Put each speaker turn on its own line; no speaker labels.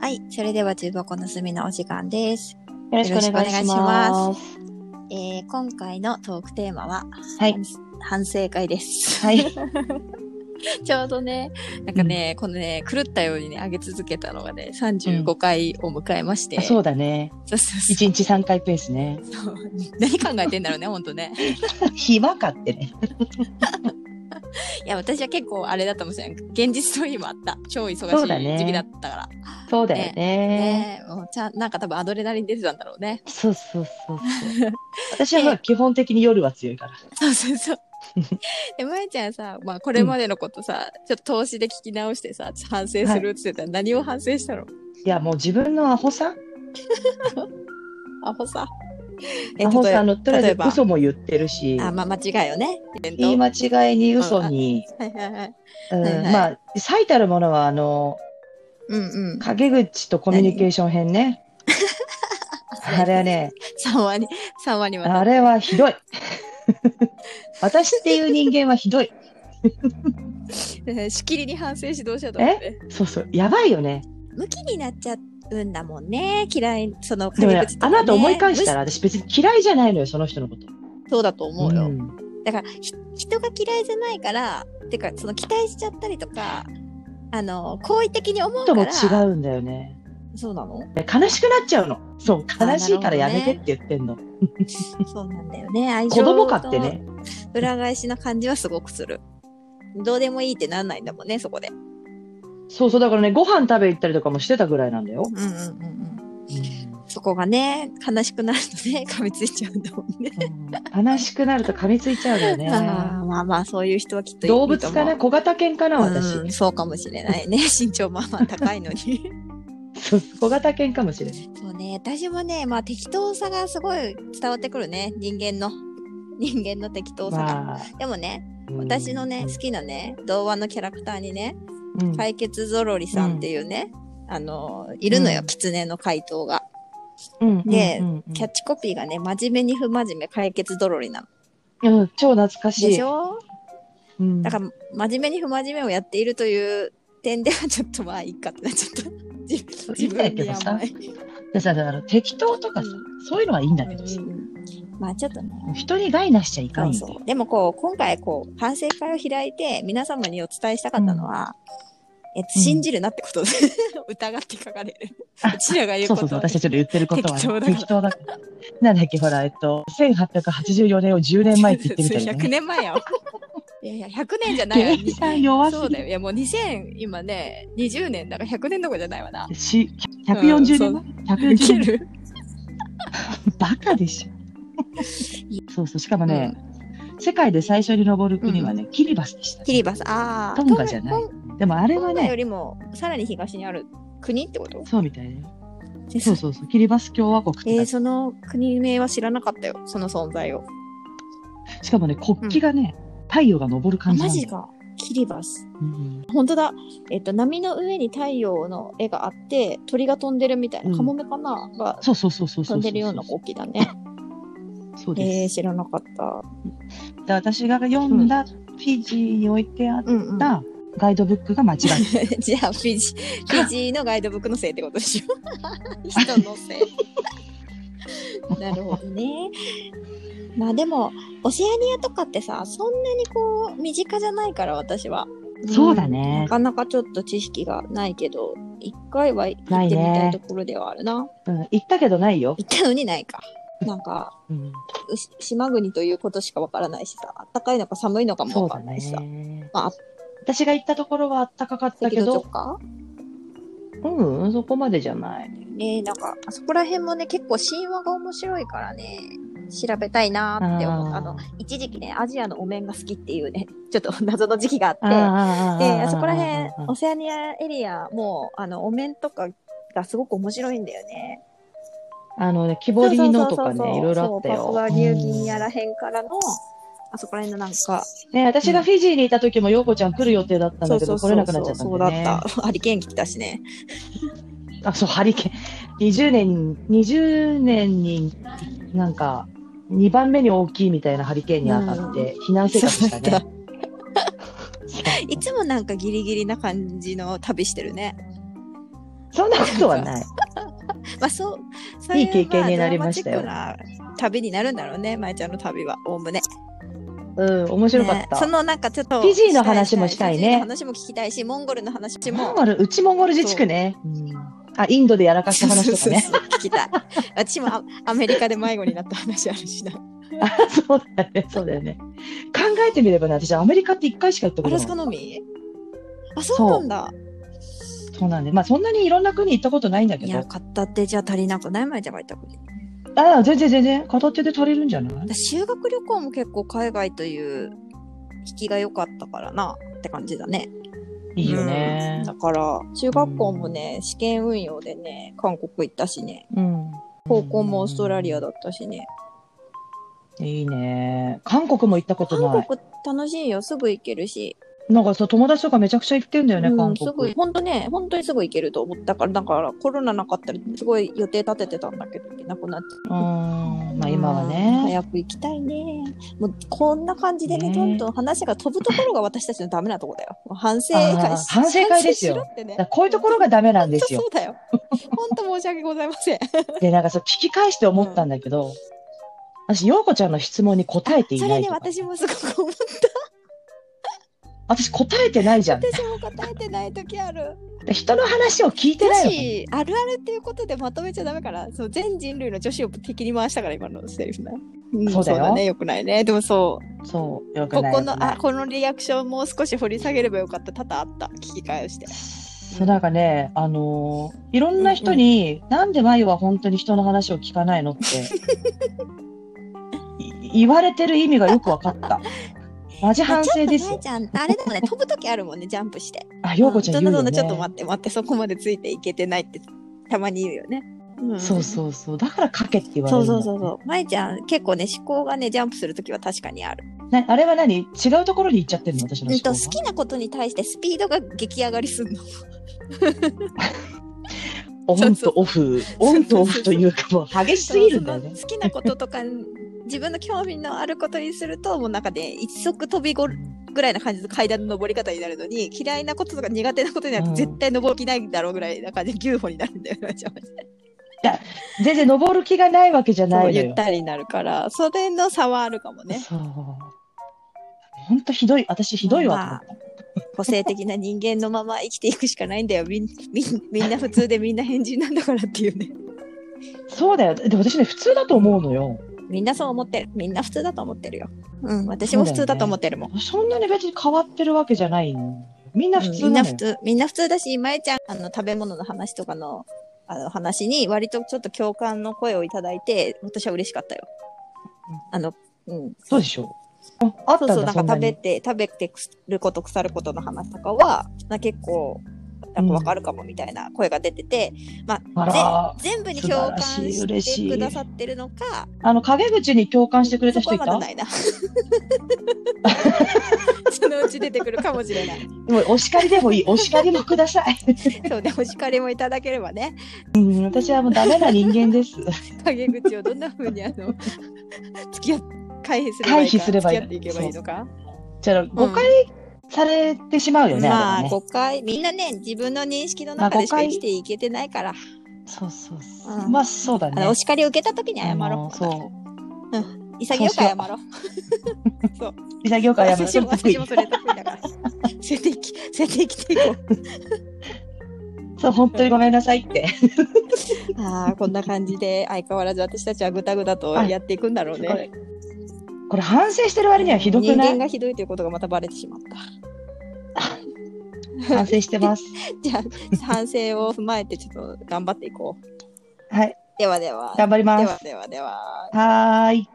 はい。それでは重箱の隅のお時間です。
よろしくお願いします。
えー今回のトークテーマは、
はい。
反省会です。
はい。
ちょうどね、なんかね、このね、狂ったようにね、上げ続けたのがね、35回を迎えまして。
あそうだね。
そうそうそう
一日三回ペースね。
そう何考えてんだろうね、ほんとね。
暇かってね。
いや、私は結構あれだったかもしれない。現実と今あった。超忙しい
そうだね
時期だったから。
そうだよね。
ねえもうちゃん、なんか多分アドレナリン出てたんだろうね。
そうそう そうそう。私はまあ基本的に夜は強いから。
そうそうそう。で、まえちゃんさ、まあ、これまでのことさ、ちょっと投資で聞き直してさ、反省するって言ってたら、何を反省したの
いや、もう自分のアホさ
アホさ。
アホさの、とりあ
例え
えず
ば
嘘も言ってるし、
あ、まあ、間違いよね。イベント
言い間違いに嘘に、
はいはいはい。
うん
はいはい
まあ、最たるものは、あの、
うんうん。
陰口とコミュニケーション編 ね。あれはね、
3割、3割は。
あれはひ どい。私っていう人間はひどい。
ねしきりに反省しどうしようと思って。
そうそう、やばいよね。
向きになっちゃうんだもんね。嫌い、その、
でもね、あなた思い返した
ら。
ら、私別に嫌いじゃないのよ、その人のこと。
無視そうだと思うよ。
ん
だからひ人が嫌いじゃないからてかその期待しちゃったりとかあの好意的に思うか
とも
ら
違うんだよね。
そうなの
悲しくなっちゃうの。そう、悲しいからやめて
あなるほどね
って言ってんの。
そうなんだよね愛
子
情
供かってね。
の裏返しな感じはすごくするどうでもいいってなんないんだもんねそこで
そうそう、だからね、ご飯食べ行ったりとかもしてたぐらいなんだよ。
うんうんうんうんそこがね悲しくなるとね 噛みついちゃうんだもんね
うん悲しくなると噛みついちゃうんだよ
あ
ね。
ーまあまあそういう人はきっといると思
動
う
物かな小型犬かな私、
うん、そうかもしれないね 身長まあまあ高いのに
そう小型犬かもしれない。
そうね、私もね、まあ適当さがすごい伝わってくるね、人間の。人間の適当さが。
まあ、
でもね、
うん
私のね、好きなね、童話のキャラクターにね、
うん
解決ゾロリさんっていうね、あの、いるのよ
う、ん
狐の回答が。
うん
で
うんうん
キャッチコピーがね、真面目に不真面目解決ゾロリなの。
うん、超懐かしい。
でしょ
うん
だから、真面目に不真面目をやっているという点では、ちょっとまあいいかってなっちゃ った。自
そういい
自
んだ
分
け
に
どさ
甘い。
でさだから適当とかさ、そういうのはいいんだけどさ、
うんまあちょっとね。
人に害なしちゃいか
そ
ん
う
よ。
そうでもこう今回こう反省会を開いて皆様にお伝えしたかったのは、えっと、
うん
信じるなってことで 疑って書かれる。
あ
うちらが言う
そ
こ
うそ
と
うそう、私たちの言ってることは、
適当だから
適当だから。なんだっけ、ほら、えっと、1884年を10年前って言ってみた
そ
いうな、
100
ね。
年前やわ。 いやいや、100年じゃないわ。
芸さん弱
そ
す
う
ぎ
だよ。いやもう2000、今ね、20年だから100年どころじゃないわな。
るし。140年前、
いけ
?140 年
る
バカでしょ。そうそう、しかもね、世界で最初に登る国はね、キリバスでした。
キリバス、ああ。
トンガじゃない
トン
でもあれは
トンガよ
ね、
りもさらに東にある国ってこと
そうみたいね。そうそうそう、キリバス共和国って
え
書
ー、
いて
その国名は知らなかったよ。その存在を。
あるしかもね、国旗がね、太陽が昇る
あ
感じな
マ
んだ
ジ
よ。
か。キリバス。
うん
本当だ。えっと、波の上に太陽の絵があって、鳥が飛んでるみたいな、
うん
カモメかなが
そうそうそうそう
飛
そう。
んでるような国旗だね。
そうです。
えー、知らなかった。
で私が読んだフィジーに置いてあっ
うんうん。
たガイドブックが間違ってた
じゃあ、フィジ、フィジーのガイドブックのせいってことでしょ。 人のせい。なるほどね。まあでも、オセアニアとかってさ、そんなにこう、身近じゃないから、私は。
そうだ
ん
ね
なかなかちょっと知識がないけど、一回は行ってみたいところではあるな。
うん、行ったけどないよ。
行ったのにないか。なんか、
うん、
うし島国ということしかわからないしさ、あったかいのか寒いのかも
そう
わか
だ
んないしさ。
ね。
まあ、
私が行ったところは暖かかった
赤
け
道直
ど、
下
うん、うんそこまでじゃない。
ねえ、なんか、あそこら辺もね、結構神話が面白いからね、調べたいなーって思った。あ
あー
の、一時期ね、アジアのお面が好きっていうね、 ちょっと謎の時期があって、
あ
で、あそこら辺、オセアニアエリア、もう、あの、お面とかがすごく面白いんだよね。
あのね、木彫りのとか
そうそうそうそう
ね、いろいろあった
そ
よ
う。パプアニューギニアらへんからの、あそこら辺のなんか、
うんね、私がフィジーにいた時も、ようこちゃん来る予定だったんだけど、来れなくなっちゃった
そ
ん
う
だ
だっ
よね。
た。 ハリケーン来たしね。
あ、そう、ハリケーン。20年、20年になんか、2番目に大きいみたいなハリケーンに当たって、避難生活したね。
いつもなんかギリギリな感じの旅してるね。
そんなことはない。
まあそう、そう
いい経験になりました
まあ
よ
ドラマチックな旅になるんだろうね、まえちゃんの旅は、おおむね。
うん、面白かった。
ねそのなんかちょっと、
フィジーの話もしたいね
フィジーの話も聞きたいし、モンゴルの話
モ
も。
ンゴル、うちモンゴル自治区ね。うんあ、インドでやらかした話とかね。
そうそうそう聞きたい。私もアアメリカで迷子になった話あるしな。
あ、そうだよね、そうだよね。考えてみればね、私アメリカって一回しか行ったこ
ア
と
ラ
な
ス
い
カ。のみあ、そうなんだ。
そうなんで、まあそんなにいろんな国行ったことないんだけ
い
ど
や、。買ったってじゃあ足りなくないまえちゃんが言ったこと。
あ、全然全然、片手で足りるんじゃない
私修学旅行も結構海外という引きが良かったからなって感じだね。
いいよね
うん。だから中学校もね、試験運用でね韓国行ったしね
うん。
高校もオーストラリアだったしね、
いいね。韓国も行ったことな
韓
い。
国楽しいよすぐ行けるし、
なんかさ、友達とかめちゃくちゃ行ってんだよね、
う
韓
ん、すぐ
国。
本当ね本当にすぐ行けると思ったからだからコロナなかったらすごい予定立ててたんだけどなくなっちゃ
うん。まあ今は
うん
ね。
早く行きたいねもうこんな感じでね
ね
どんどん話が飛ぶところが私たちのダメなとこだよもう反省
あ
会
ー
し
反省会ですよ
反省しろってね
だからこういうところがダメなんですよ
本。当そうだよ本当申し訳ございません
で、なんかそう、聞き返して思ったんだけど、私、ようこちゃんの質問に答えてい
そ
な
れ
い
ね
とか。
私もすごく思った
私、答えてないじゃん。
私も答えてない時 ある。
人の話を聞いて
女
ないの。
子あるあるっていうことでまとめちゃダメから、そう全人類の女子を敵に回したから今のセリフな。ん
そうだよ
ね、よくないね。でもそう、
そう、よく
こ
ない。
こ
よく
の
ない
あこのリアクションもう少し掘り下げればよかった多々あった。聞き返して。
そうなんかね、あのーいろんな人に、なんで眉は本当に人の話を聞かないのってい言われてる意味がよくわ かった。マジ 反省です
ちょっとま
よ。
えちゃん、あれだもんね、飛ぶ時あるもんね、ジャンプして。
あ、ようこちゃん言うよ、
ど
ね。
どどちょっと待って待って、そこまでついていけてないってたまに言うよね。うん
そうそうそう。だから書けって言われ
そ
る
うん
だ
そうそうそう。まえちゃん、結構ね、思考がね、ジャンプするときは確かにある。
なあれは何違うところに行っちゃってるの私の
うん
思考
と
が
好きなことに対してスピードが激上がりすんの。
オンとオフ、オンとオフというかもう激しすぎるんだよね
その。好きなこととか自分の興味のあることにするともうなんかね一足飛びごぐらいな感じの階段の登り方になるのに嫌いなこととか苦手なことになる
う
と
ん
絶対登りきないだろうぐらいな感じで牛歩になるんだよね。
全然登る気がないわけじゃないの
ゆっ
よ。
たりになるからそれの差はあるかもね。
そう。本当ひどい。私ひどいわと思った。
個性的な人間のまま生きていくしかないんだよみんみんみんな普通でみんな変人なんだからっていうね。
そうだよ。で、私ね、普通だと思うのよ。
みんなそう思ってるみんな普通だと思ってるよ。うん私も普通だと思ってるもん。
そんなに別に変わってるわけじゃないのみんな普
み
通
ん
な
な
の
普
よ。
通、みんな普通だし、まえちゃん、あの、食べ物の話とかの、あの、話に、割とちょっと共感の声をいただいて、私は嬉しかったよ
うん。
あの、うん。
そうでしょああっ
そ
た
うんそ
だ、そ
うんなんか食
な
べ
に。
て、食べてくること、腐ることの話とかは、な結構、なんかわかるかもみたいな声が出てて、
あら、
全部に共感
素晴らしい
し
嬉しい
てくださってるのか、
あの、陰口に共感してくれた
そ
人
こま
い
で
た
ない な。そのうち出てくるかもしれない。
もうお叱りでもいい。お叱りもください。
そうね、お叱りもいただければね。
うん、私はもうダメな人間です。
陰口をどんなふうにあ の付き合っ回避すればいいか
回避すればいい
付き合っていけばいいのか、
じゃあ、誤解されてしまうよね。
ま
あ
あ
れはね
誤解みんなね自分の認識の
まあ
中でしか
誤解
生きていけてないから、
そうそうそうう。
ん
まあ、そうだ
あの
ね
お。叱りを受けた時に謝
あ
ろ
の
う
そう。
潔く謝ろう
潔く謝る。
私
それ
も
得意
私もそれ得意だからそうやって生きそうやって生きていこ う
そう、本当にごめんなさいって。
あーこんな感じで相変わらず私たちはぐたぐたとやっていくんだろう
は
ね
いこれ反省してる割にはひどく
人
な
間
い
がひどいということがまたバレてしまった
反省してます。
じゃあ反省を踏まえてちょっと頑張っていこう
はい、
ではでは
頑張り
で
ま
は
す。
ではでは
はーい。